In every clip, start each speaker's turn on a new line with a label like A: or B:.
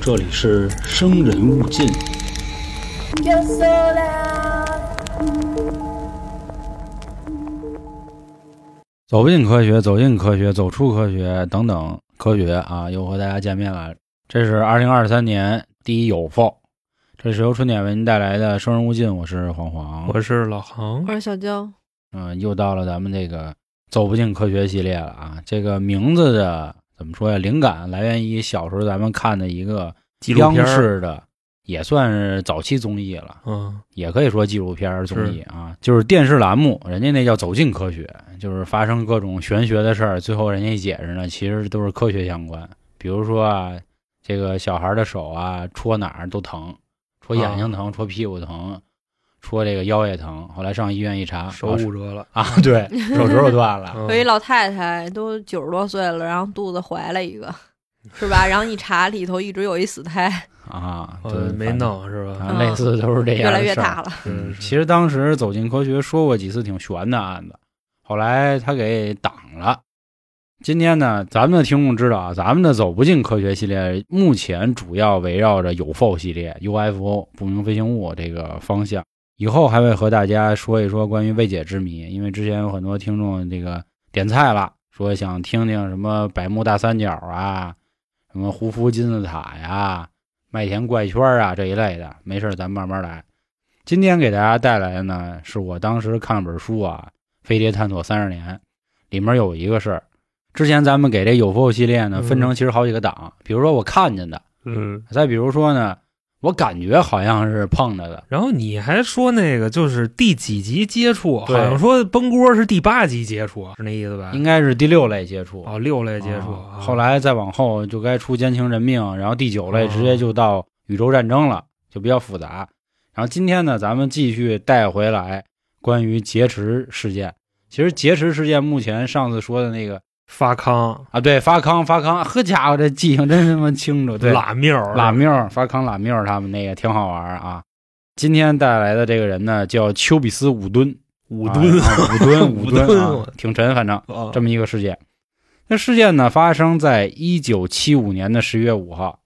A: 这里是《生人勿进》。
B: Yo sola,
C: 走进科学，走进科学，走出科学，等等科学啊，又和大家见面了。这是二零二三年第一有 f 这是由春点为您带来的《生人勿近》，我是黄黄，
D: 我是老航
E: 我，是小娇，
C: 嗯、又到了咱们这个走不进科学系列了啊。这个名字的怎么说呀？灵感来源于小时候咱们看的一个
D: 纪录
C: 央
D: 片儿，
C: 视的，也算是早期综艺了。
D: 嗯，
C: 也可以说纪录片儿综艺啊，就是电视栏目，人家那叫走进科学，就是发生各种玄学的事儿，最后人家一解释呢，其实都是科学相关。比如说啊，这个小孩的手啊，戳哪儿都疼，戳眼睛疼，戳屁股疼，戳这个腰也疼。后来上医院一查，
D: 手
C: 啊
D: 骨折了，
C: 啊，对，手指头断了，
D: 嗯
E: 有一老太太都九十多岁了，然后肚子怀了一个，是吧？然后一查里头一直有一死胎，
C: 啊，
D: 呃
C: 对，
D: 没
C: 反正
D: 闹是吧？
C: 啊，类似都是这
E: 越
C: 样的事儿，
E: 来越大了。
C: 嗯
D: 是，
C: 其实当时《走进科学》说过几次挺悬的案子，后来他给挡了。今天呢，咱们的听众知道啊，咱们的《走不进科学》系列目前主要围绕着有 f 系列、UFO 不明飞行物这个方向，以后还会和大家说一说关于未解之谜，因为之前有很多听众这个点菜了，说想听听什么百慕大三角啊，什么胡夫金字塔呀、麦田怪圈啊这一类的，没事儿咱慢慢来。今天给大家带来的呢，是我当时看了本书啊，《飞碟探索三十年》，里面有一个事儿。之前咱们给这有 f 系列呢
D: 嗯
C: 分成其实好几个档，比如说我看见的，
D: 嗯。
C: 再比如说呢，我感觉好像是碰着的，
D: 然后你还说那个就是第几集接触，好
C: 对
D: 像说崩锅是第八集接触，是那意思吧？
C: 应该是第六类接触。
D: 哦，六类接触，
C: 啊
D: 啊
C: 后来再往后就该出奸情人命，然后第九类
D: 哦
C: 直接就到宇宙战争了，就比较复杂。然后今天呢，咱们继续带回来关于劫持事件。其实劫持事件目前上次说的那个
D: 发康、
C: 啊，对，发康发康，呵家伙，这记性真他妈清楚。对，
D: 拉缪、
C: 拉缪儿发康拉缪儿他们那个挺好玩儿啊。今天带来的这个人呢，叫丘比斯五吨，
D: 五吨
C: 啊啊五吨，
D: 五
C: 吨
D: 吨
C: 啊
D: 我，
C: 挺沉，反正
D: 啊
C: 这么一个事件。那事件呢，发生在一九七五年的十月五号，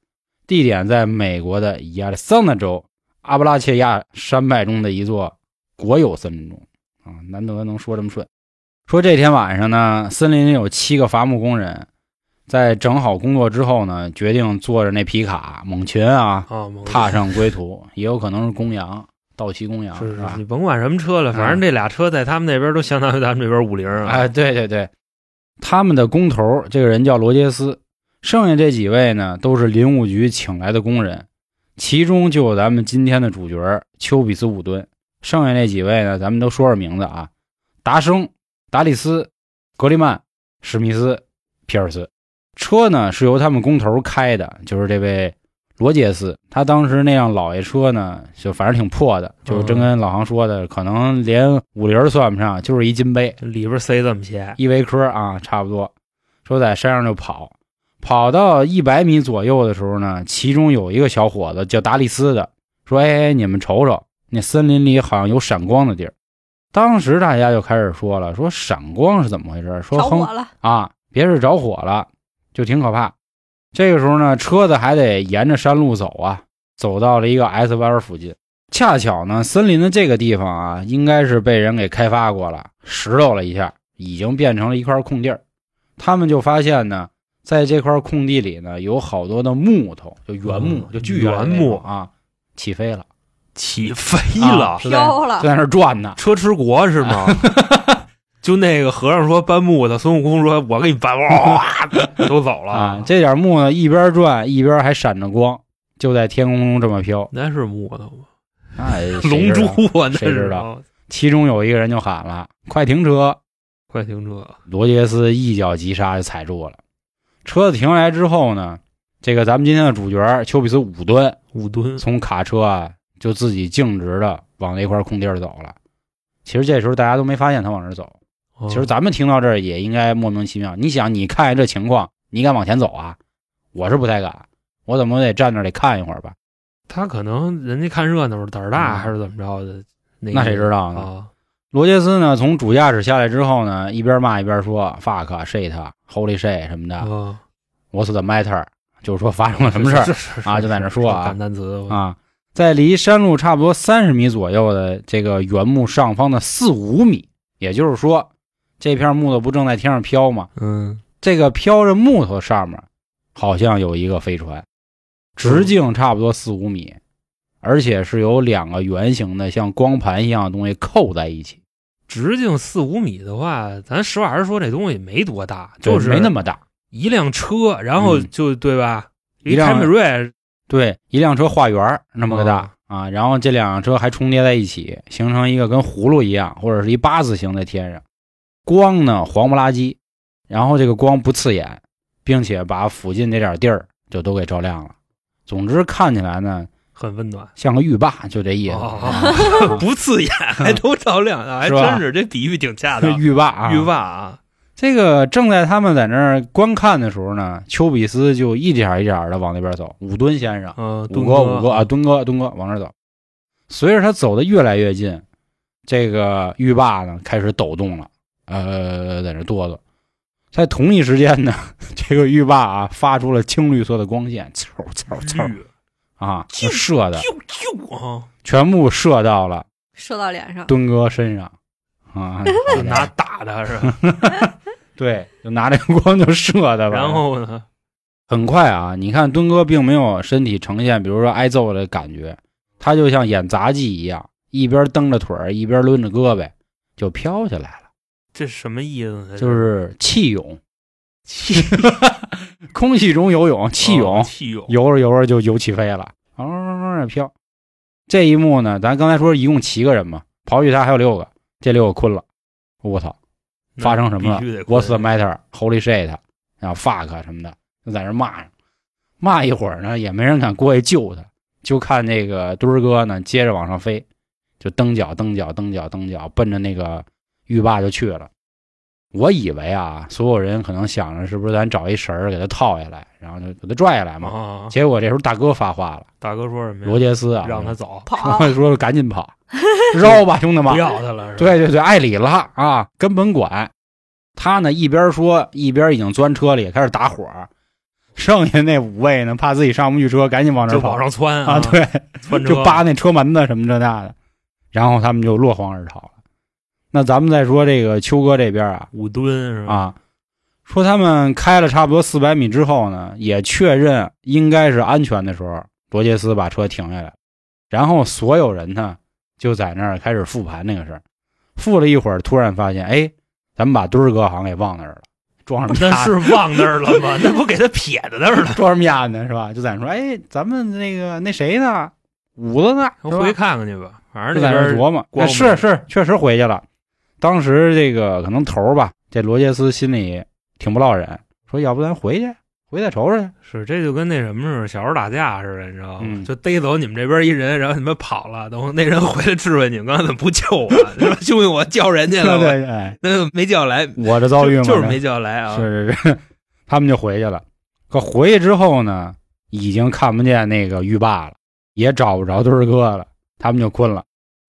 C: 地点在美国的亚利桑那州阿布拉契亚山脉中的一座国有森林中。啊，难得能说这么顺。说这天晚上呢，森林里有七个伐木工人，在整好工作之后呢，决定坐着那皮卡猛禽啊，
D: 啊，猛
C: 踏上归途，也有可能是公羊，倒骑公羊
D: 是是，
C: 吧嗯
D: 你？甭管什么车了，反正这俩车在他们那边都相当于咱们这边五菱啊，
C: 哎，对对对，他们的工头这个人叫罗杰斯，剩下这几位呢都是林务局请来的工人，其中就有咱们今天的主角丘比斯·伍敦。剩下那几位呢，咱们都说说名字啊：达生、达里斯、格里曼、史密斯、皮尔斯。车呢是由他们工头开的，就是这位罗杰斯。他当时那辆老爷车呢，就反正挺破的，就真跟老航说的，可能连五菱儿算不上，就是一金杯。
D: 这里边塞这么些，
C: 一维科啊，差不多。说在山上就跑，跑到一百米左右的时候呢，其中有一个小伙子叫达利斯的，说：“哎，你们瞅瞅，那森林里好像有闪光的地儿。”当时大家就开始说了，说闪光是怎么回事？说
E: 着
C: 哼
E: 火了，
C: 啊，别是着火了，就挺可怕。这个时候呢，车子还得沿着山路走啊，走到了一个 S 弯附近。恰巧呢，森林的这个地方啊，应该是被人给开发过了，拾掇了一下，已经变成了一块空地儿。他们就发现呢，在这块空地里呢，有好多的木头，就原木，
D: 嗯
C: 就巨原
D: 原
C: 那
D: 木
C: 种啊，起飞了，
D: 起飞
C: 啊
D: 了，
C: 是在
E: 飘了
C: 在那儿转呢。
D: 车迟国是 吗？就那个和尚说搬木头，孙悟空说我给你搬，哇，都走了
C: 啊，这点木呢，一边转一边还闪着光，就在天空中这么飘。
D: 那是木头吗？
C: 哎，谁
D: 龙
C: 知
D: 珠
C: 道
D: 啊，那
C: 谁知
D: 是
C: 道
D: 啊
C: 其中有一个人就喊了：“快停车
D: 快停车！！”
C: 罗杰斯一脚急刹就踩住了。车子停下来之后呢，这个咱们今天的主角丘比斯五吨
D: 五吨，
C: 从卡车啊就自己径直的往那块空地儿走了。其实这时候大家都没发现他往那儿走。
D: 哦
C: 其实咱们听到这儿也应该莫名其妙。你想，你看见这情况，你敢往前走啊？我是不太敢，我怎么得站那儿得看一会儿吧？
D: 他可能人家看热闹胆儿大，
C: 嗯
D: 还是怎么着的？那
C: 那谁知道呢？
D: 啊？
C: 罗杰斯呢，从主驾驶下来之后呢，一边骂一边说 “fuck shit holy shit” 什么的。
D: 啊，
C: What's the matter？就是说发生了什么事儿
D: 是是是
C: 啊就在那说啊
D: 感单词我
C: 啊。在离山路差不多三十米左右的这个原木上方的四五米，也就是说，这片木头不正在天上飘吗？
D: 嗯，
C: 这个飘着木头上面，好像有一个飞船，直
D: 嗯
C: 径差不多四五米，而且是有两个圆形的像光盘一样的东西扣在一起，
D: 直径四五米的话，咱实话实说，这东西没多大，就是
C: 没那么大。
D: 一辆车，然后
C: 嗯
D: 就对吧？
C: 一
D: 凯
C: 辆
D: 美瑞，
C: 对，一辆车画圆儿那么个大、啊，然后这两辆车还重叠在一起，形成一个跟葫芦一样或者是一八字形在天上。光呢黄不拉几，然后这个光不刺眼，并且把附近这点地儿就都给照亮了。总之看起来呢
D: 很温暖，
C: 像个浴霸，就这意思。
D: 哦
C: 啊
D: 不 刺眼，还都照亮啊，还
C: 是吧
D: 真是这比喻挺恰 当。
C: 浴霸啊，
D: 浴霸啊，
C: 这个正在他们在那儿观看的时候呢，丘比斯就一点一点的往那边走。武敦先生，
D: 嗯，
C: 五
D: 东
C: 哥，五哥啊，敦哥，敦哥往那儿走。随着他走的越来越近，这个浴霸呢开始抖动了，呃，在那哆嗦。在同一时间呢，这个浴霸啊发出了青绿色的光线，嗖嗖嗖
D: 绿
C: 啊，就射的
D: 啾啾啊，
C: 全部射到了
E: 射到脸上，
C: 敦哥身上 啊，
D: 就拿打的 是吧？
C: 对，就拿这个光就射的吧，
D: 然后呢，
C: 很快啊，你看敦哥并没有身体呈现，比如说挨揍的感觉，他就像演杂技一样，一边蹬着腿儿，一边抡着胳膊，就飘起来了，
D: 这什么意思呢？
C: 就是气泳，气， 空气中游泳，气泳，
D: 哦气泳，
C: 游着游着就游起飞了，嗷嗷嗷飘。这一幕呢，咱刚才说一共七个人嘛，刨去他还有六个，这六个困了，我操，
D: 那
C: 发生什么了
D: 必须得过
C: ？What's the matter? Holy shit！然后 fuck 什么的，就在那骂上，骂一会儿呢，也没人敢过去救他，就看那个墩儿哥呢，接着往上飞，就蹬脚蹬脚蹬脚蹬脚，奔着那个浴霸就去了。我以为啊，所有人可能想着是不是咱找一绳儿给他套下来，然后就给他拽下来嘛。
D: 啊？
C: 结果这时候大哥发话了，
D: 大哥说什么呀？
C: 罗杰斯啊，
D: 让他走，
E: 跑
C: 说赶紧跑，绕吧，兄弟们
D: 不，要他了，是吧？
C: 对对对，爱理了啊，根本管。他呢一边说一边已经钻车里开始打火，剩下那五位呢怕自己上不去车，赶紧往那
D: 就
C: 儿跑
D: 往上嗯窜
C: 啊，对，
D: 窜车
C: 就扒那车门子什么这那的，然后他们就落荒而逃了。那咱们再说这个秋哥这边啊
D: 五吨是吧？
C: 啊，说他们开了差不多四百米之后呢，也确认应该是安全的时候，罗杰斯把车停下来，然后所有人呢就在那儿开始复盘那个事儿。复了一会儿，突然发现，哎，咱们把墩儿哥好像给忘那儿了，装什么
D: 那
C: 鸭
D: 是忘那儿了吗？那不给他撇在那儿了？
C: 装什么鸭呢，是吧？就在那说，哎，咱们那个那谁呢，五子呢，是吧
D: 回去看看去吧，反
C: 就
D: 正
C: 在
D: 那
C: 那
D: 边
C: 琢磨，哎
D: 光嘛
C: 是是，确实回去了。当时这个可能头儿吧，这罗杰斯心里挺不落忍，说要不咱回去，回去再瞅瞅去。
D: 是这就跟那什么似的，小时候打架似的，你知道吗？
C: 嗯
D: 就逮走你们这边一人，然后你们跑了，等会那人回来质问你们刚才怎么不救我？ 说兄弟，我叫人去
C: 对
D: 了，我
C: 对，哎，
D: 那就没叫来，
C: 我这 遭遇
D: 就
C: 嘛，
D: 就是
C: 这
D: 没叫来啊。
C: 是是是，他们就回去了。可回去之后呢，已经看不见那个浴霸了，也找不着墩儿哥了，他们就困了。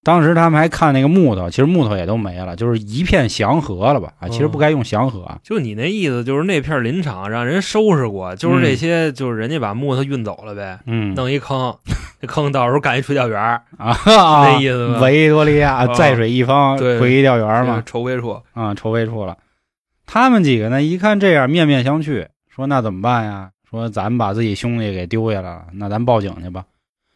C: 当时他们还看那个木头，其实木头也都没了，就是一片祥和了吧？啊，其实
D: 嗯
C: 不该用祥和啊，
D: 就你那意思，就是那片林场让人收拾过，就是这些，就是人家把木头运走了呗，
C: 嗯
D: 弄一坑，这坑到时候干一垂钓园儿，
C: 啊，那
D: 那意思吧
C: 维多利亚
D: 啊
C: 在水一方，
D: 对
C: 回忆调园
D: 这
C: 嘛
D: 个，筹备处，
C: 啊，筹备处了。他们几个呢，一看这样，面面相觑，说那怎么办呀？说咱们把自己兄弟给丢下来了，那咱报警去吧。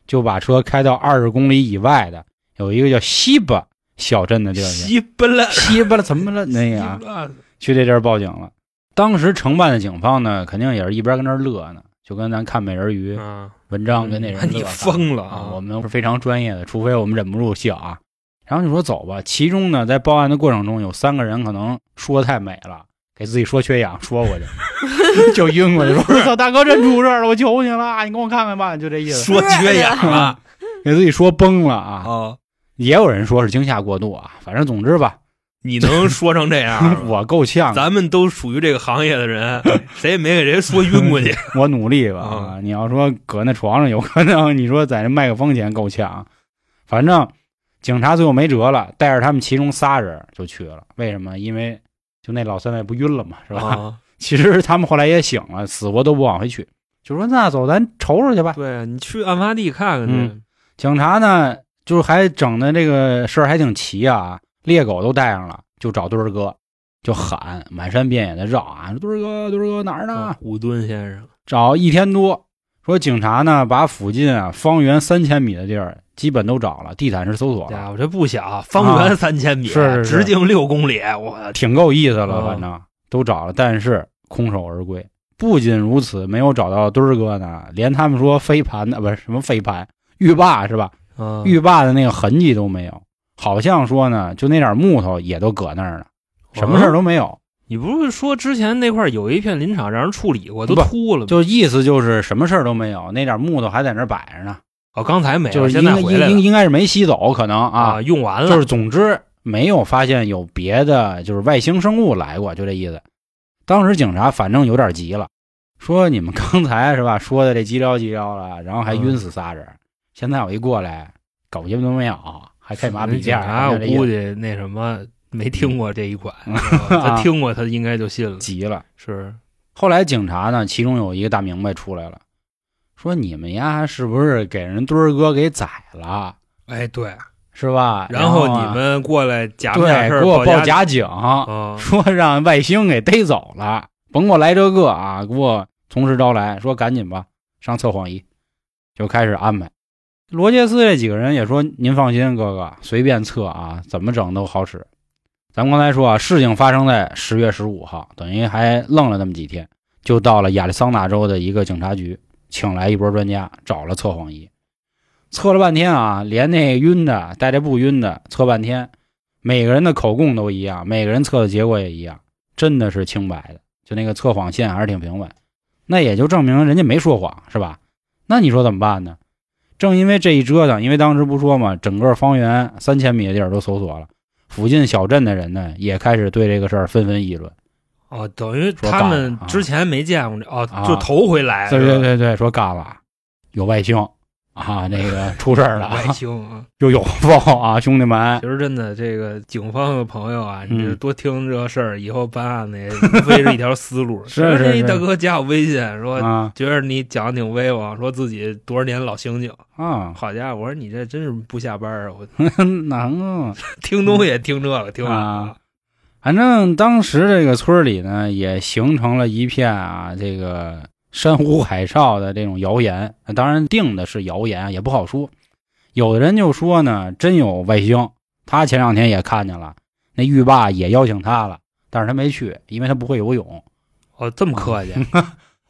C: 就把车开到二十公里以外的有一个叫西巴小镇的地儿去。
D: 西奔了，
C: 西巴了怎么了？那个啊，去这地儿报警了。当时承办的警方呢，肯定也是一边跟那儿乐呢，就跟咱看美人鱼、
D: 嗯，
C: 文章跟那人乐
D: 你
C: 似的
D: 疯了
C: 啊，
D: 啊！
C: 我们是非常专业的，除非我们忍不住笑啊。然后就说走吧。其中呢，在报案的过程中，有三个人可能说得太美了，给自己说缺氧，说过去 就晕过去，说：“ 我操，大哥真出事儿了，我求你了，你给我看看吧。”就这意思，
D: 说缺氧啊了
C: 给自己说崩了啊。
D: 啊！
C: 也有人说是惊吓过度啊，反正总之吧，
D: 你能说成这样啊吗？
C: 我够呛，
D: 咱们都属于这个行业 的人，谁也没给谁说晕过去。
C: 我努力吧。
D: 啊
C: 啊你要说搁那床上有可能，你说在那麦克风前够呛。反正警察最后没辙了，带着他们其中仨人就去了。为什么？因为 就那老三位不晕了嘛，是吧？
D: 啊
C: 其实他们后来也醒了，死活都不往回去，就说那走，咱瞅瞅去吧。
D: 对啊，你去案发地看看去
C: 嗯。警察呢，就是还整的这个事儿还挺齐啊，猎狗都带上了，就找墩儿哥，就喊，满山遍野的绕啊，墩儿哥，墩儿哥哪儿呢
D: 啊，？虎墩先生，
C: 找一天多，说警察呢把附近啊方圆三千米的地儿基本都找了，地毯式搜索了，
D: 家伙这不小，啊方圆三千米，
C: 啊是是是
D: 直径六公里，我的
C: 挺够意思了，
D: 嗯
C: 反正都找了，但是空手而归。不仅如此，没有找到墩儿哥呢，连他们说飞盘的不是什么飞盘，浴霸是吧？
D: 天！
C: 浴霸的那个痕迹都没有，好像说呢，就那点木头也都搁那儿了，
D: 哦
C: 什么事儿
D: 都，
C: 都没有，
D: 你不是说之前那块儿有一片林场让人处理过，都
C: 不
D: 秃了吗？
C: 就意思就是什么事儿都没有，那点木头还在那儿摆着呢，
D: 哦，刚才没了，
C: 就是
D: 现
C: 应
D: 在
C: 该
D: 回来
C: 应
D: 了
C: 应应该是没吸走，可能啊，
D: 啊，用完了，
C: 就是总之没有发现有别的就是外星生物来过，就这意思。当时警察反正有点急了，说你们刚才是吧说的这急撩急撩了，然后还晕
D: 嗯
C: 死仨人，现在我一过来，狗鸡巴都没有，还开马比
D: 警
C: 架，
D: 察，我
C: 就这意思
D: 估计那什么没听过这一款，
C: 嗯
D: 是吧 他听过他应该就信了。
C: 急了。
D: 是，
C: 后来警察呢，其中有一个大明白出来了，说你们呀是不是给人墩儿哥给宰了，
D: 哎，对，
C: 是吧？
D: 然
C: 后
D: 后
C: 啊
D: 你们过来假模假
C: 对
D: 式
C: 给我
D: 报
C: 报假警，
D: 啊，
C: 说让外星给逮走了，甭给我来这个啊，给我从实招来，说赶紧吧，上测谎仪，就开始安排。罗杰斯这几个人也说：“您放心，哥哥，随便测啊，怎么整都好使。”咱们刚才说啊，事情发生在十月十五号，等于还愣了那么几天，就到了亚利桑那州的一个警察局，请来一波专家，找了测谎仪，测了半天啊，连那晕的带着不晕的测半天，每个人的口供都一样，每个人测的结果也一样，真的是清白的。就那个测谎线还是挺平稳，那也就证明人家没说谎，是吧？那你说怎么办呢？正因为这一折腾，因为当时不说嘛，整个方圆三千米的地儿都搜索了，附近小镇的人呢也开始对这个事儿纷纷议论。
D: 哦，等于
C: 说
D: 他
C: 干
D: 们
C: 啊
D: 之前没见过这，哦
C: 啊，
D: 就头回来，
C: 对
D: 是吧
C: 对对对，说干了，有外星啊，那个出事儿了，
D: 外星啊！
C: 又有风啊，兄弟们
D: 其，实真的，这个警方的朋 友啊，
C: 嗯
D: 你就多听这事儿，以后办案呢也围着一条思路。
C: 是是
D: 这
C: 是
D: 一大哥加我微信说，
C: 啊
D: 觉得你讲的挺威风，说自己多少年老刑警。
C: 啊，
D: 好家伙，我说你这真是不下班儿啊！我
C: 难啊。
D: 听东西也听这个，听完了
C: 啊。反正当时这个村儿里呢，也形成了一片啊，这个山呼海啸的这种谣言。当然定的是谣言，也不好说。有的人就说呢，真有外星，他前两天也看见了，那浴霸也邀请他了，但是他没去，因为他不会游泳。
D: 哦，这么客气。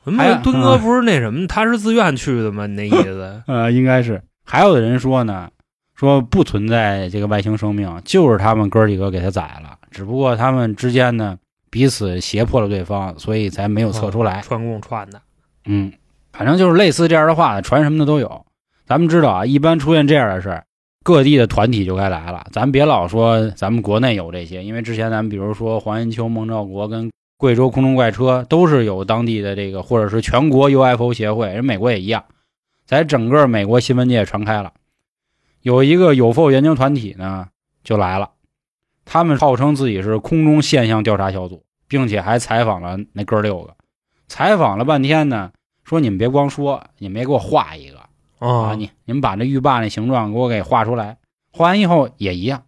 D: 怎
C: 还有？
D: 么敦哥不是那什么，他是自愿去的吗？你那意思
C: 呃，应该是。还有的人说呢，说不存在这个外星生命，就是他们哥几个给他宰了，只不过他们之间呢彼此胁迫了对方，所以才没有测出来。
D: 串供串的，
C: 嗯，反正就是类似这样的话，传什么的都有。咱们知道啊，一般出现这样的事儿，各地的团体就该来了。咱别老说咱们国内有这些，因为之前咱们比如说黄延秋、孟兆国跟贵州空中怪车，都是有当地的这个或者是全国 UFO 协会，人美国也一样，在整个美国新闻界传开了。有一个有 o 研究团体呢就来了，他们号称自己是空中现象调查小组，并且还采访了那哥六个，采访了半天呢，说你们别光说，你们也给我画一个啊！
D: 啊
C: 你你们把这浴霸那形状给我给画出来。画完以后也一样。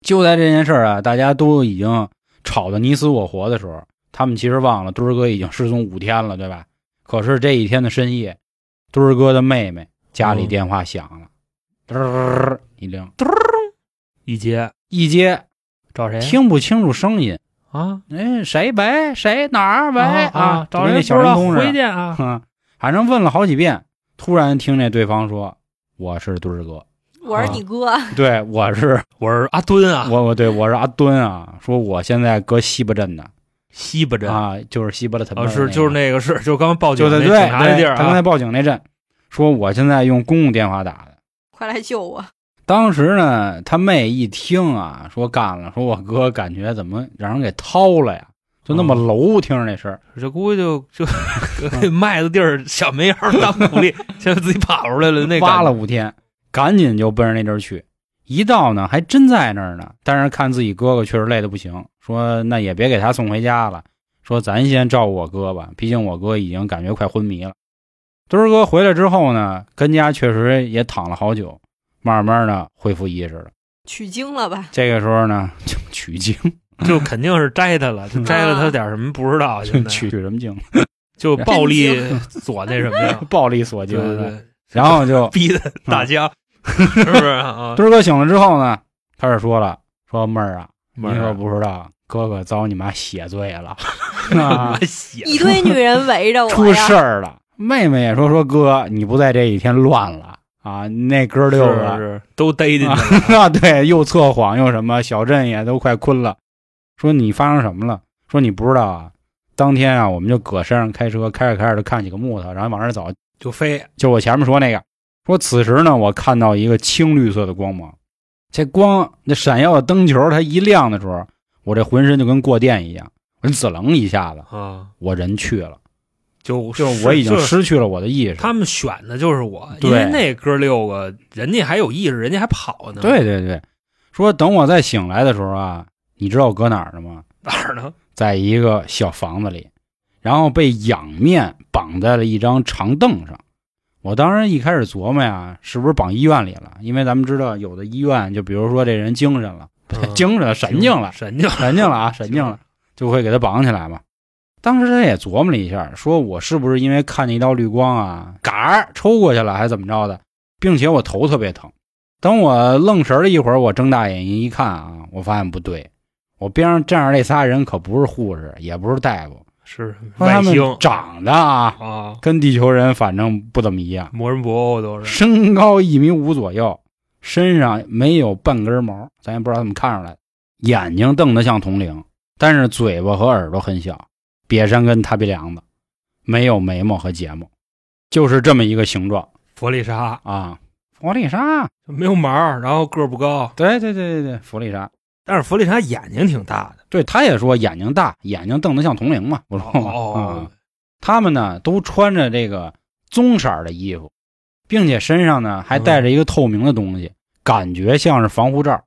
C: 就在这件事儿啊，大家都已经吵得你死我活的时候，他们其实忘了墩儿哥已经失踪五天了，对吧？可是这一天的深夜，墩儿哥的妹妹家里
D: 嗯
C: 电话响了，嘚儿一铃
D: 一接
C: 一接，
D: 找谁？
C: 听不清楚声音。
D: 啊，
C: 哎，谁喂？谁哪儿喂
D: 啊啊，
C: 就
D: 找
C: 跟那
D: 人不
C: 小
D: 知
C: 人
D: 道
C: 工似的
D: 回。去啊！
C: 哼， 反正问了好几遍，突然听见对方说：“我是墩儿 哥，
E: 我是
D: 啊
E: 你哥，
C: 对我是
D: 我是阿敦啊，
C: 我我对我是阿墩啊，说我现在搁西巴镇呢
D: 西巴镇
C: 啊，就是西巴勒腾巴
D: 啊，
C: 的
D: 是
C: 个
D: 就是那个是就刚报警
C: 就
D: 那
C: 在
D: 警
C: 对
D: 察那地
C: 对
D: 儿
C: 他刚才
D: 啊，
C: 报警那阵，说我现在用公共电话打的。
E: 快来救我！
C: 当时呢，他妹一听啊，说干了，说我哥感觉怎么让人给掏了呀，就那么
D: 哦
C: 楼听着那声儿，
D: 这估计就就
C: 嗯
D: 给 卖的地儿小煤窑当 鼓励，现在自己跑出来了，那
C: 挖
D: 感觉
C: 了五天，赶紧就奔着那地儿去。一到呢，还真在那儿呢，但是看自己哥哥确实累得不行，说那也别给他送回家了，说咱先照顾我哥吧，毕竟我哥已经感觉快昏迷了。墩儿哥回来之后呢，跟家确实也躺了好久，慢慢的恢复意识了。
E: 取经了吧？
C: 这个时候呢，就取经，
D: 就肯定是摘他
C: 嗯
D: 了，就摘了他点儿什么不知道，现在
C: 取取什么经？，
D: 就暴力左那什么呀
C: 暴力所
D: 对
C: 经。
D: 啊对对，
C: 然后 就
D: 逼的大家，是不是 啊？
C: 墩儿哥醒了之后呢，开始说了，说妹儿啊，
D: 门
C: 你可
D: 儿
C: 不知道，哥哥遭你妈血罪 了，啊
D: 啊，血
E: 一堆女人围着我
C: 出事
E: 呀，
C: 儿了。妹妹也说说哥，你不在这几天乱了啊，那哥六个
D: 是是都逮进去了，
C: 啊， 对，又测谎又什么，小镇也都快困了。说你发生什么了？说你不知道啊？当天啊，我们就搁山上开车，开着开着就看起个木头，然后往那儿走，
D: 就飞，
C: 就我前面说那个。说此时呢，我看到一个青绿色的光芒，这光这闪耀的灯球，它一亮的时候，我这浑身就跟过电一样，我紫棱一下子，
D: 啊，
C: 我人去了，
D: 就
C: 就是我已经
D: 就
C: 失去了我的意识。
D: 他们选的就是我，
C: 对
D: 因为那哥六个人家还有意识，人家还跑呢，
C: 对对对，说等我再醒来的时候啊，你知道我搁哪儿呢吗？
D: 哪儿呢？
C: 在一个小房子里，然后被仰面绑在了一张长凳上。我当时一开始琢磨呀，是不是绑医院里了？因为咱们知道有的医院，就比如说这人精神了，
D: 嗯
C: 精神了，神经了，
D: 神经
C: 神经了啊，神经了，就会给他绑起来嘛。当时他也琢磨了一下，说我是不是因为看见一道绿光啊，嘎儿抽过去了，还怎么着的？并且我头特别疼。等我愣神了一会儿，我睁大眼睛一看啊，我发现不对，我边上站着那仨人可不是护士，也不是大夫，
D: 是
C: 说他
D: 外
C: 们
D: 星
C: 长得啊，
D: 啊，
C: 跟地球人反正不怎么一样，
D: 魔人布欧都是
C: 身高一米五左右，身上没有半根毛，咱也不知道怎么看出来的，眼睛瞪得像铜铃，但是嘴巴和耳朵很小，瘪山根塌鼻梁子，没有眉毛和睫毛，就是这么一个形状
D: 弗利莎，
C: 啊。弗利莎，
D: 没有毛儿，然后个儿不高，
C: 对对对对对，弗利莎，
D: 但是弗利莎眼睛挺 大的，
C: 对，他也说眼睛大，眼睛瞪得像铜铃嘛，不是
D: 哦
C: 吗？嗯
D: 哦，
C: 他们呢都穿着这个棕色儿的衣服，并且身上呢还带着一个透明的东西，感觉像是防护罩。
D: 哦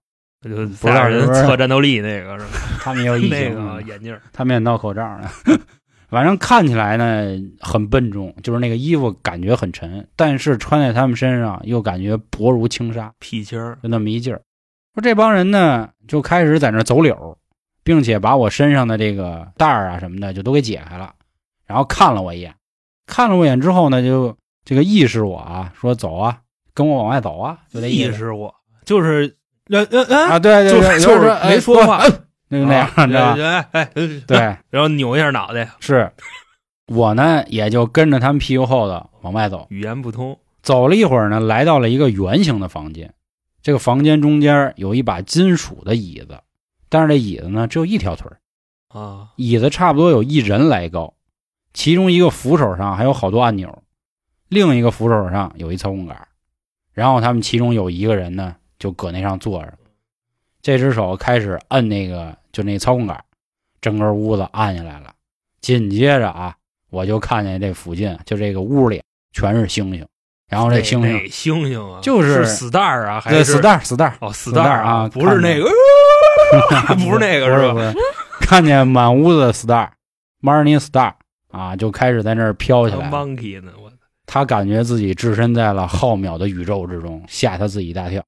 D: 就
C: 不知道
D: 仨人
C: 是不是
D: 测战斗力那个是吧？
C: 他们也有 异
D: 那
C: 形，嗯
D: 个眼镜儿，
C: 他们也闹口罩呢。 反正看起来呢很笨重，就是那个衣服感觉很沉，但是穿在他们身上又感觉薄如轻纱，
D: 屁青儿，
C: 就那么一劲儿。说这帮人呢就开始在那儿走柳儿，并且把我身上的这个带儿啊什么的就都给解开了，然后看了我一眼，看了我一眼之后呢，就这个意识我啊，说走啊，跟我往外走啊，就这意
D: 意
C: 思
D: 识我就是，嗯嗯嗯，
C: 啊，对对
D: 就
C: 对，
D: 是就是
C: 哎
D: 没说话，
C: 那就那样，你知道
D: 啊
C: 吧？
D: 哎哎，哎
C: 对，
D: 然后扭一下脑袋，
C: 是我呢也就跟着他们屁股后头往外走，
D: 语言不通，
C: 走了一会儿呢，来到了一个圆形的房间，这个房间中间有一把金属的椅子，但是这椅子呢只有一条腿儿。
D: 啊，
C: 椅子差不多有一人来高，其中一个扶手上还有好多按钮，另一个扶手上有一操控杆儿，然后他们其中有一个人呢就搁那上坐着，这只手开始摁那个就那操控杆儿，整个屋子暗下来了。紧接着啊，我就看见这附近就这个屋里全是星星，然后这星
D: 哪
C: 星
D: 猩猩啊，
C: 就是
D: 死蛋儿啊，还
C: 对
D: 是
C: 死蛋儿死蛋儿，
D: 哦，死蛋儿
C: 啊
D: 不是那个， 呃 不是 那个
C: 不
D: 是
C: 是
D: 吧？
C: 不是看见满屋子的 star，morning star 啊，就开始在那儿飘起
D: 还
C: 来了。
D: monkey 呢，我
C: 他感觉自己置身在了浩渺的宇宙之中，吓他自己一大跳。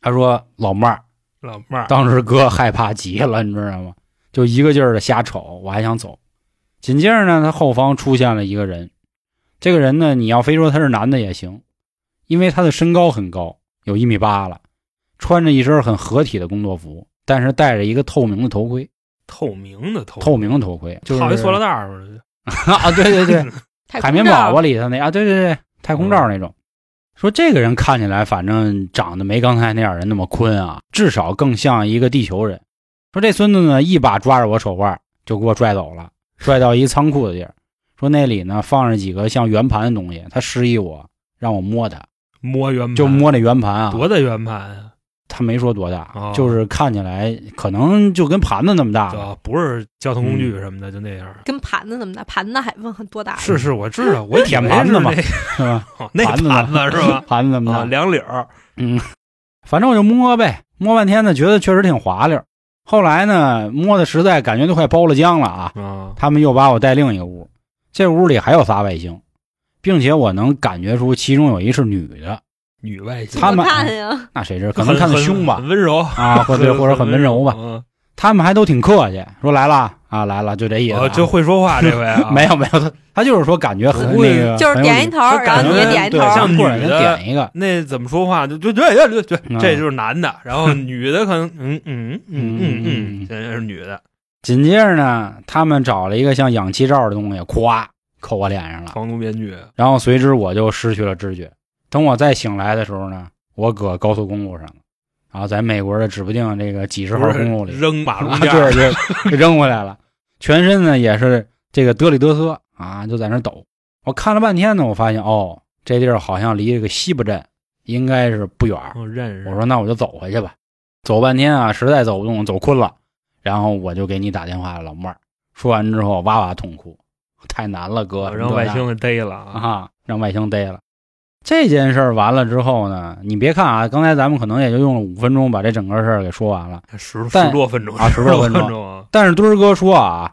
C: 他说：“老妹儿，
D: 老妹儿，
C: 当时哥害怕极了，你知道吗？就一个劲儿的瞎瞅，我还想走。”紧接着呢，他后方出现了一个人，这个人呢，你要非说他是男的也行，因为他的身高很高，有一米八了，穿着一身很合体的工作服，但是戴着一个透明的头盔。
D: 透明的透
C: 透明的头盔， 就是
D: 套一塑料袋儿似的，
C: 啊， 对对对，
E: 太
C: 海
E: 空
C: 绵
E: 罩
C: 宝宝里头那啊，对对对，太空
D: 嗯
C: 罩那种。说这个人看起来反正长得没刚才那点人那么坤啊，至少更像一个地球人。说这孙子呢，一把抓着我手腕就给我拽走了，拽到一仓库的地儿。说那里呢放着几个像圆盘的东西，他示意我让我摸它，
D: 摸圆盘，
C: 就摸那圆盘啊。
D: 嗯多大圆盘啊？
C: 他没说多大，
D: 哦
C: 就是看起来可能就跟盘子那么大
D: 就
C: 吧。
D: 啊不是交通工具
C: 嗯
D: 什么的，就那样。
E: 跟盘子那么大，盘子还问很多大？
D: 是是，我知道，我以为
C: 舔盘子嘛
D: 是
C: 是吧？
D: 那 那
C: 盘
D: 盘
C: 子
D: 子
C: 嘛？
D: 是吧
C: 盘子那么大
D: 啊，两绺儿
C: 嗯，反正我就摸呗，摸半天呢，觉得确实挺滑溜。后来呢，摸的实在感觉都快包了浆了啊，
D: 啊，
C: 他们又把我带另一个屋，这屋里还有仨外星，并且我能感觉出其中有一是女的，
D: 女外星，
C: 他
E: 我
C: 们啊
E: 看呀，
C: 那谁知道？可能看的
D: 很
C: 凶吧
D: 很，温柔嗯
C: 啊，或者或者很温柔吧。
D: 吧，
C: 他们还都挺客气，说来了啊，来了，就这意思啊、
D: 哦，就会说话这位啊，
C: 没有没有，他他就是说感觉很
D: 不会
C: 那个，
E: 就是
C: 很有
E: 点
C: 礼
E: 一头，然后你也点一头
C: 对，，
D: 像
C: 或者
D: 女
C: 人
D: 的
C: 点一个，
D: 那怎么说话？就就对对对
C: 嗯
D: 对，这就是男的。然后女的可能嗯嗯嗯嗯嗯，这是女的，
C: 紧接着呢，他们找了一个像氧气罩的东西，咵扣我脸上了，
D: 防毒面具。
C: 然后随之我就失去了知觉。等我再醒来的时候呢，我搁高速公路上了，然后在美国的指不定这个几十号公路里
D: 扔马路
C: 啊，
D: 边
C: 对
D: 儿，
C: 对，给扔回来了，全身呢也是这个嘚里嘚瑟啊，就在那儿抖。我看了半天呢，我发现哦，这地儿好像离这个西部镇应该是不远儿。
D: 我认识。
C: 我说那我就走回去吧，走半天啊，实在走不动，走困了，然后我就给你打电话，老妹儿。说完之后哇哇痛哭，太难了，哥，
D: 我让外
C: 什
D: 星
C: 么
D: 给逮
C: 这
D: 了
C: 那的
D: 啊！
C: 啊，让外星逮了。这件事儿完了之后呢，你别看啊，刚才咱们可能也就用了五分钟把这整个事儿给说完了，
D: 啊十
C: 但
D: 十多分钟
C: 啊十多分钟
D: 钟啊，
C: 但是墩儿哥说啊，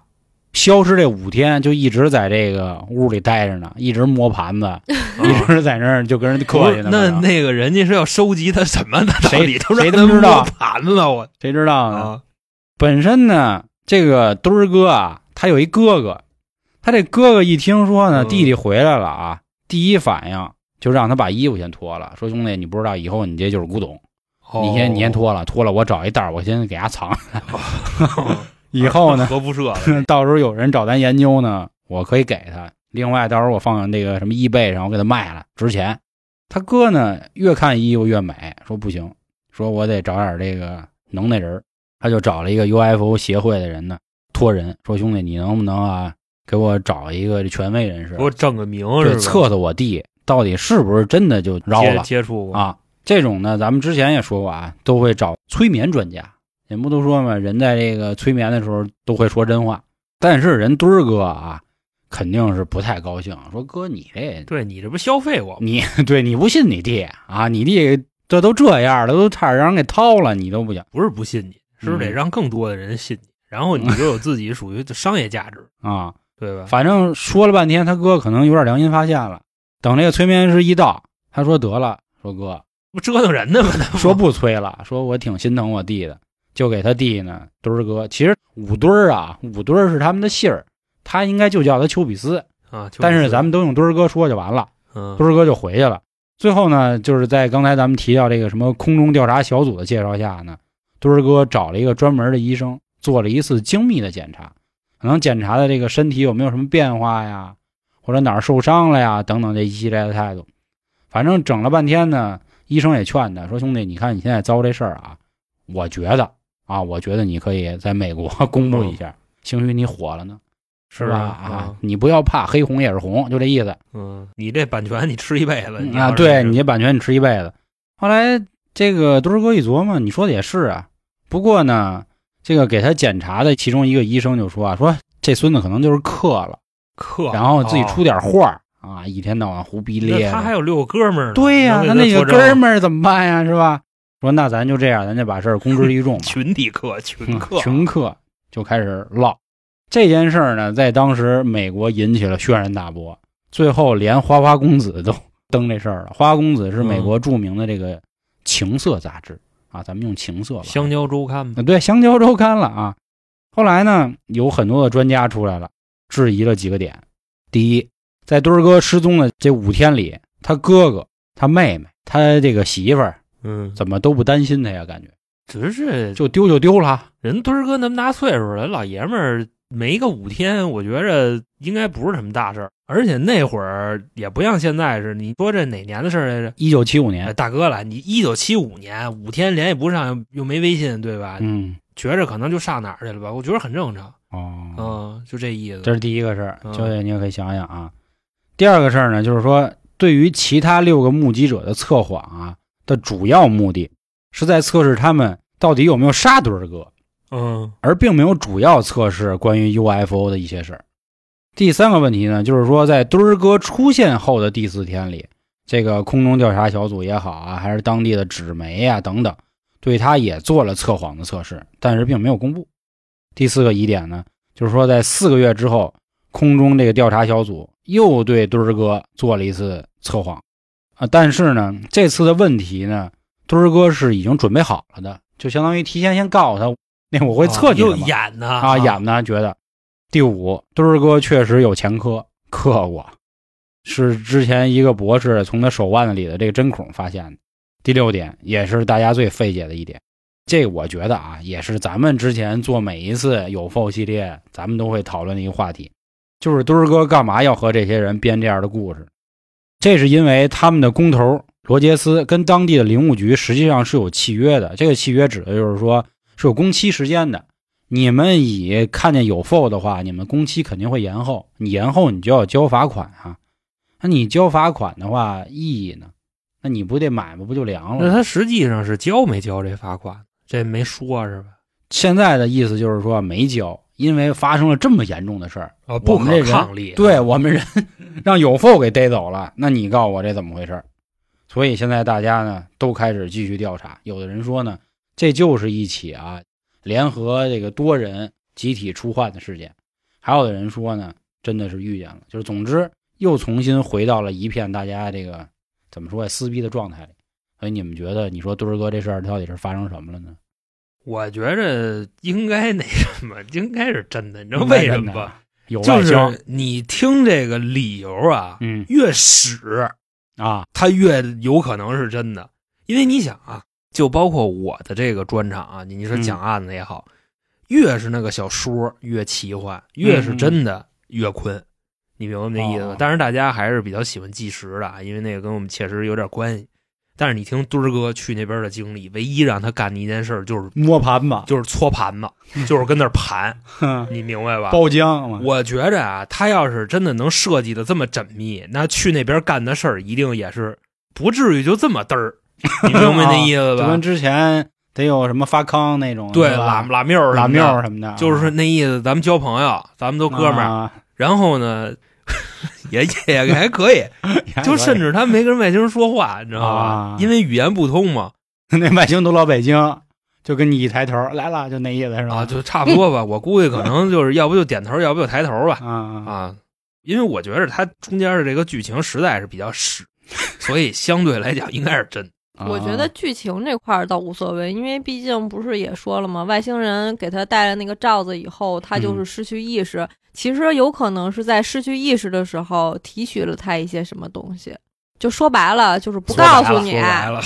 C: 消失这五天就一直在这个屋里待着呢，一直摸盘 子，一
D: 啊
C: 直在那儿就跟人
D: 不
C: 客气
D: 是
C: 呢。
D: 那
C: 反正
D: 那个人家是要收集他什么的？
C: 谁
D: 到底都让
C: 谁
D: 他
C: 能知道
D: 摸盘了我
C: 谁知道呢？
D: 啊！
C: 本身呢，这个墩儿哥啊，他有一哥哥，他这哥哥一听说呢
D: 嗯
C: 弟弟回来了啊，第一反应就让他把衣服先脱了，说兄弟，你不知道以后你这就是古董，你先你先脱了，脱了我找一袋儿，我先给它藏，
D: 哦，
C: 以后 呢，
D: 核辐射了
C: 到时候有人找咱研究呢，我可以给他。另外，到时候我放那个什么易贝上，我给他卖了，值钱。他哥呢，越看衣服越买，说不行，说我得找点这个能耐人儿。他就找了一个 UFO 协会的人呢，托人说兄弟，你能不能啊，给我找一个权威人士
D: 给，我整个名是
C: 对，
D: 吧
C: 测测我弟到底是不是真的就绕
D: 接
C: 了
D: 接触过，
C: 啊。这种呢，咱们之前也说过啊，都会找催眠专家。人不都说嘛，人在这个催眠的时候都会说真话，但是人墩儿哥啊，肯定是不太高兴，说哥你这
D: 对你这不消费我吗？
C: 你对你不信你弟啊，你弟这都这样了，都差点让人给掏了，你都不行
D: 不是不信你，是不是得
C: 嗯
D: 让更多的人信你？然后你就有自己属于的商业价 值，
C: 啊。
D: 对吧？
C: 反正说了半天，他哥可能有点良心发现了。等这个催眠师一到，他说得了，说哥，
D: 不折腾人呢吗？那
C: 说不催了，说我挺心疼我弟的，就给他弟呢墩儿哥。其实五墩儿啊，五墩儿是他们的姓儿，他应该就叫他丘比斯，
D: 啊，就
C: 但是咱们都用墩儿哥说就完了。
D: 嗯
C: 墩儿哥就回去了。最后呢，就是在刚才咱们提到这个什么空中调查小组的介绍下呢，墩儿哥找了一个专门的医生做了一次精密的检查，可能检查的这个身体有没有什么变化呀，或者哪儿受伤了呀等等这一系列的态度。反正整了半天呢，医生也劝他说：“兄弟，你看你现在遭这事儿啊，我觉得啊，我觉得你可以在美国 公布一下，兴许你火了呢，
D: 是
C: 吧？啊，，你不要怕，黑红也是红，就这意思。”
D: 嗯，你这版权你吃一辈子
C: 啊，对你这版权你吃一辈子。后来这个墩儿哥一琢磨，你说的也是啊。不过呢，这个给他检查的其中一个医生就说啊，说这孙子可能就是克了，
D: 克，
C: 然后自己出
D: 点。
C: 点画儿、啊，一天到晚胡逼咧
D: 那
C: 的。
D: 哦他还有六个哥们儿呢，
C: 对呀、
D: 你
C: 那
D: 能给
C: 那
D: 他
C: 个
D: 作证
C: 哥们儿怎么办呀？是吧？说那咱就这样，咱就把事儿公之于 众吧。
D: 群体课，群课，
C: 嗯群客就开始唠。这件事儿呢，在当时美国引起了轩然大波，最后连花花公子都登这事儿了。花花公子是美
D: 嗯
C: 国著名的这个情色杂志、啊，咱们用情色吧，
D: 香蕉周刊嘛
C: 啊，对《香蕉周刊》了啊。后来呢，有很多的专家出来了，质疑了几个点。第一，在墩儿哥失踪的这五天里，他哥哥、他妹妹、他这个媳妇儿
D: 嗯，
C: 怎么都不担心他呀？感觉
D: 只是
C: 就丢就丢了。
D: 人墩儿哥那么大岁数了，老爷们儿没个五天，我觉着应该不是什么大事儿。而且那会儿也不像现在似的，你说这哪年的事儿来着？
C: 一九七五
D: 哎，
C: 年，
D: 大哥了，你一九七五年五天联系不上，又没微信，对吧？
C: 嗯，
D: 觉着可能就上哪儿去了吧？我觉得很正常，
C: 哦，
D: 嗯，就这意思。
C: 这是第一个事儿，
D: 嗯
C: 教练你也可以想想啊。第二个事儿呢，就是说对于其他六个目击者的测谎啊的主要目的是在测试他们到底有没有杀墩儿哥，
D: 嗯
C: 而并没有主要测试关于 UFO 的一些事儿。第三个问题呢，就是说在墩儿哥出现后的第四天里，这个空中调查小组也好啊，还是当地的纸媒呀、等等，对他也做了测谎的测试，但是并没有公布。第四个疑点呢，就是说在四个月之后，空中这个调查小组又对墩儿哥做了一次测谎啊。但是呢，这次的问题呢，墩儿哥是已经准备好了的，就相当于提前先告诉他，那我会测你的
D: 啊又
C: 嘛
D: 演呢
C: 啊，演呢觉得。第五，墩儿哥确实有前科，刻过，是之前一个博士从他手腕子里的这个针孔发现的。第六点，也是大家最费解的一点，这我觉得啊，也是咱们之前做每一次有 f 系列，咱们都会讨论的一个话题，就是墩儿哥干嘛要和这些人编这样的故事？这是因为他们的工头罗杰斯跟当地的林务局实际上是有契约的，这个契约指的就是说是有工期时间的，你们以看见有 f 的话，你们工期肯定会延后，你延后你就要交罚款啊。那你交罚款的话，意义呢？那你不得买卖不就凉了
D: 那
C: 吗？
D: 他实际上是交没交这罚款？这没说是吧？
C: 现在的意思就是说没交，因为发生了这么严重的事儿，
D: 啊，
C: 我
D: 不
C: 们这
D: 可
C: 人
D: 抗力。
C: 对我 们人让有 f 给逮走了，那你告诉我这怎么回事儿？所以现在大家呢都开始继续调查，有的人说呢，这就是一起啊联合这个多人集体出患的事件，还有的人说呢，真的是遇见了，就是总之又重新回到了一片大家这个怎么说呀撕逼的状态里。所以你们觉得，你说墩儿哥这事儿到底是发生什么了呢？
D: 我觉着应该那什么，应该是真的。你知道为
C: 应该
D: 什么
C: 真的
D: 吧？
C: 有外
D: 就
C: 交，
D: 是你听这个理由啊，
C: 嗯
D: 越使
C: 啊，
D: 它越有可能是真的，因为你想啊，就包括我的这个专场啊，你你说
C: 嗯
D: 讲案子也好，越是那个小说越奇幻，越是真的越困。你明白我那意思吗
C: 嗯哦？
D: 当然，大家还是比较喜欢纪实的，啊，因为那个跟我们切实有点关系。但是你听墩儿哥去那边的经历，唯一让他干的一件事儿就是
C: 摸盘吧，
D: 就是搓盘 子，就是跟那儿盘，
C: 哼
D: 你明白吧？
C: 包浆嘛，
D: 我觉着啊，他要是真的能设计的这么缜密，那去那边干的事儿一定也是不至于就这么嘚儿，你明白那意
C: 就
D: 思吧
C: 跟？之前得有什么发康那种，
D: 对，
C: 是吧
D: 拉拉缪儿什
C: 拉
D: 么的
C: 缪儿，啊什么的，
D: 就是那意思。咱们交朋友，咱们都哥们 儿，
C: 儿，
D: 然后呢， 也也还可以，就甚至他没跟外星人说话，你知道吧？
C: 啊
D: 因为语言不通嘛，
C: 那外星都老北京，就跟你一抬头来了，就那意思是吧？
D: 啊，就差不多吧。我估计可能就是要不就点头，要不就抬头吧。
C: 啊
D: 啊，因为我觉得它中间的这个剧情实在是比较屎， 所以相对来讲应该是真。
C: 啊
E: 我觉得剧情这块儿倒无所谓，因为毕竟不是也说了吗？外星人给他戴了那个罩子以后，他就是失去意识。其实有可能是在失去意识的时候提取了他一些什么东西，就说白了就是不告诉你
D: 说，
E: 啊
D: 白了，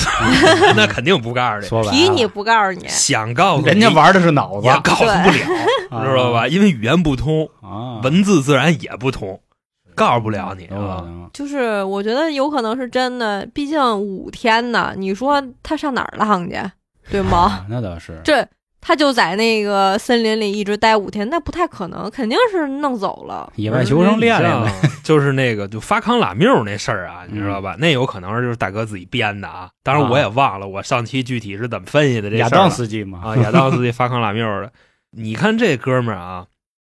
D: 那肯定不告诉
C: 说白了
E: 提你不告诉你。
D: 想告诉 你
C: 人家玩的是脑子
D: 也，告诉不了，
C: 啊
D: 知道吧？？因为语言不通，
C: 啊，
D: 文字自然也不通，告诉不了你
C: 有可
D: 啊。
C: 能
E: 就是我觉得有可能是真的，毕竟五天呢，你说他上哪儿浪去，对吗？
C: 啊那倒是，
E: 这他就在那个森林里一直待五天，那不太可能，肯定是弄走了。
C: 野外求生练练呗，
D: 你像 就是那个就发康拉缪那事儿啊，
C: 嗯
D: 你知道吧？那有可能是就是大哥自己编的啊。当然
C: 啊
D: 我也忘了我上期具体是怎么分析的这事
C: 亚
D: 儿了
C: 当斯基嘛，
D: 啊，亚当斯基发康拉缪的。你看这哥们儿啊，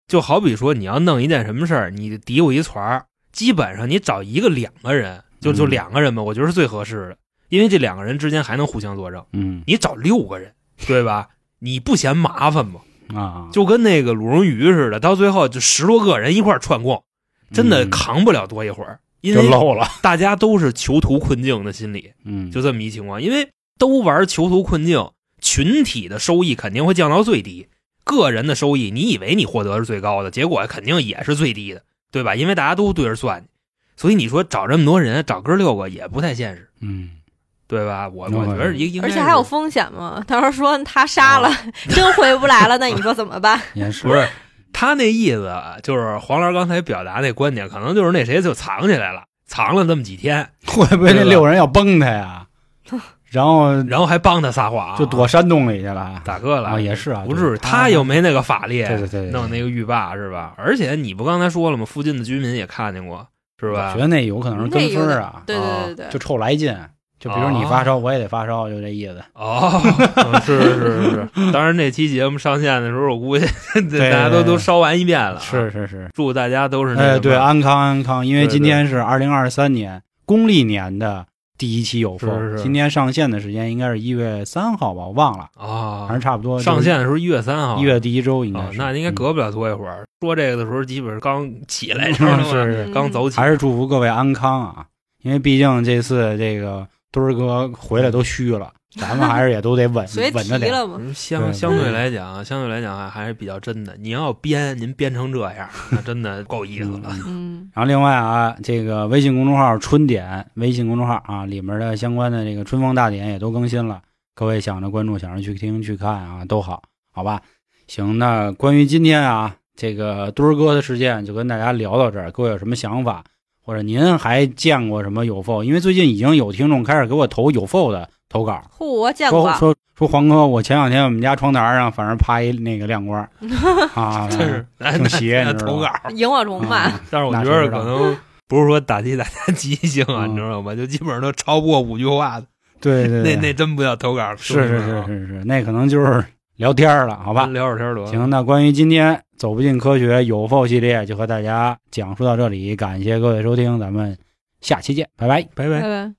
D: 就好比说你要弄一件什么事儿，你嘀咕一团儿，基本上你找一个两个人，就就
C: 嗯
D: 两个人吧，我觉得是最合适的，因为这两个人之间还能互相作证。
C: 嗯
D: 你找六个人，对吧？你不嫌麻烦吗？
C: 啊，
D: 就跟那个鲁荣鱼似的，到最后就十多个人一块儿串供，真的
C: 嗯
D: 扛不了多一会儿，因
C: 就
D: 为
C: 漏了，
D: 大家都是囚徒困境的心理。
C: 嗯，
D: 就这么一情况，因为都玩囚徒困境，群体的收益肯定会降到最低，个人的收益，你以为你获得是最高的，结果肯定也是最低的，对吧？因为大家都对着算，所以你说找这么多人，找哥六个也不太现实，
C: 嗯，
D: 对吧？我
C: 嗯
D: 我觉得应应该
E: 而
D: 是
E: 且还有风险嘛， 到时候说他杀
C: 啊
E: 了， 真回不来了，那你说怎 么办？
C: 也是
D: 不是他那意思啊，就是黄老师刚才表达那观点，可能就是那谁就藏起来了，藏了这么几天，
C: 会不会那六人要崩他 呀？然后
D: 然后还帮他撒谎，
C: 就躲山洞里去了。
D: 大哥了
C: 啊，也是啊，
D: 不至
C: 对
D: 于，他又没那个法力，
C: 对对对，对
D: 弄那个浴霸是吧？而且你不刚才说了吗？附近的居民也看见过是
C: 我
D: 吧
C: 觉？得那有可能是跟风儿啊，
E: 对对对对
C: 就
E: 对，
C: 臭来劲，就比如你发烧，我也得发烧，就这意思。
D: 哦，嗯是是是是。当然，这期节目上线的时候，我估计 大
C: 对
D: 家都
C: 对对
D: 都烧完一遍了。，
C: 是是是，
D: 祝啊大家都是那
C: 哎，
D: 什
C: 对，
D: 么
C: 安康安康，因为
D: 对对
C: 今天是二零二三年公历年的第一期有风，
D: 是是是
C: 今天上线的时间应该是一月三号吧，我忘了，
D: 啊
C: 反正差不多
D: 上线的时候一月三号，
C: 一月第一周应该
D: 啊，
C: 是，嗯
D: 那应该隔不了多一会儿。说这个的时候，基本上刚 起来，知道
C: 嗯
D: 吗？
C: 是是，
D: 刚走起，
C: 还是祝福各位安康啊，因为毕竟这次这个墩儿哥回来都虚了，咱们还是也都得稳
E: 所以
C: 稳着
E: 提
C: 点。
E: 了嘛，
C: 对
D: 嗯相相对来讲啊，相对来讲还还是比较真的。您要编，您编成这样，那真的够意思了。
C: 嗯
E: 嗯，
C: 然后另外啊，这个微信公众号“春点”微信公众号啊，里面的相关的这个春风大典也都更新了，各位想着关注、想着去听、去看啊，都好，好吧？行，那关于今天啊这个墩儿哥的事件，就跟大家聊到这儿，各位有什么想法，或者您还见过什么有 f 因为最近已经有听众开始给我投有 f 的投 稿，
E: 嚯，我见过
C: 说，说说黄哥，我前两天我们家窗台上反正趴一那个亮光儿 啊，
D: 真是哎
C: 挺邪
D: 那
C: 你知道
D: 投稿
C: 吧，
E: 萤火虫吧，
C: 啊
D: 但是我
C: 那
D: 觉
C: 谁
D: 得
C: 知道
D: 可能不是说打击大家积极性啊，
C: 嗯
D: 你知道吗？就基本上都超不过五句话的，
C: 对对
D: 那
C: 对，
D: 那真不叫投稿，
C: 是
D: 兄弟
C: 是
D: 们
C: 是
D: 啊，
C: 是
D: 嗯
C: 是，那可能就是聊天儿了，好吧
D: 咱？聊会儿天儿得了。
C: 行，那关于今天走不进科学有否系列就和大家讲述到这里，感谢各位收听，咱们下期见，拜拜，拜拜
E: 拜拜。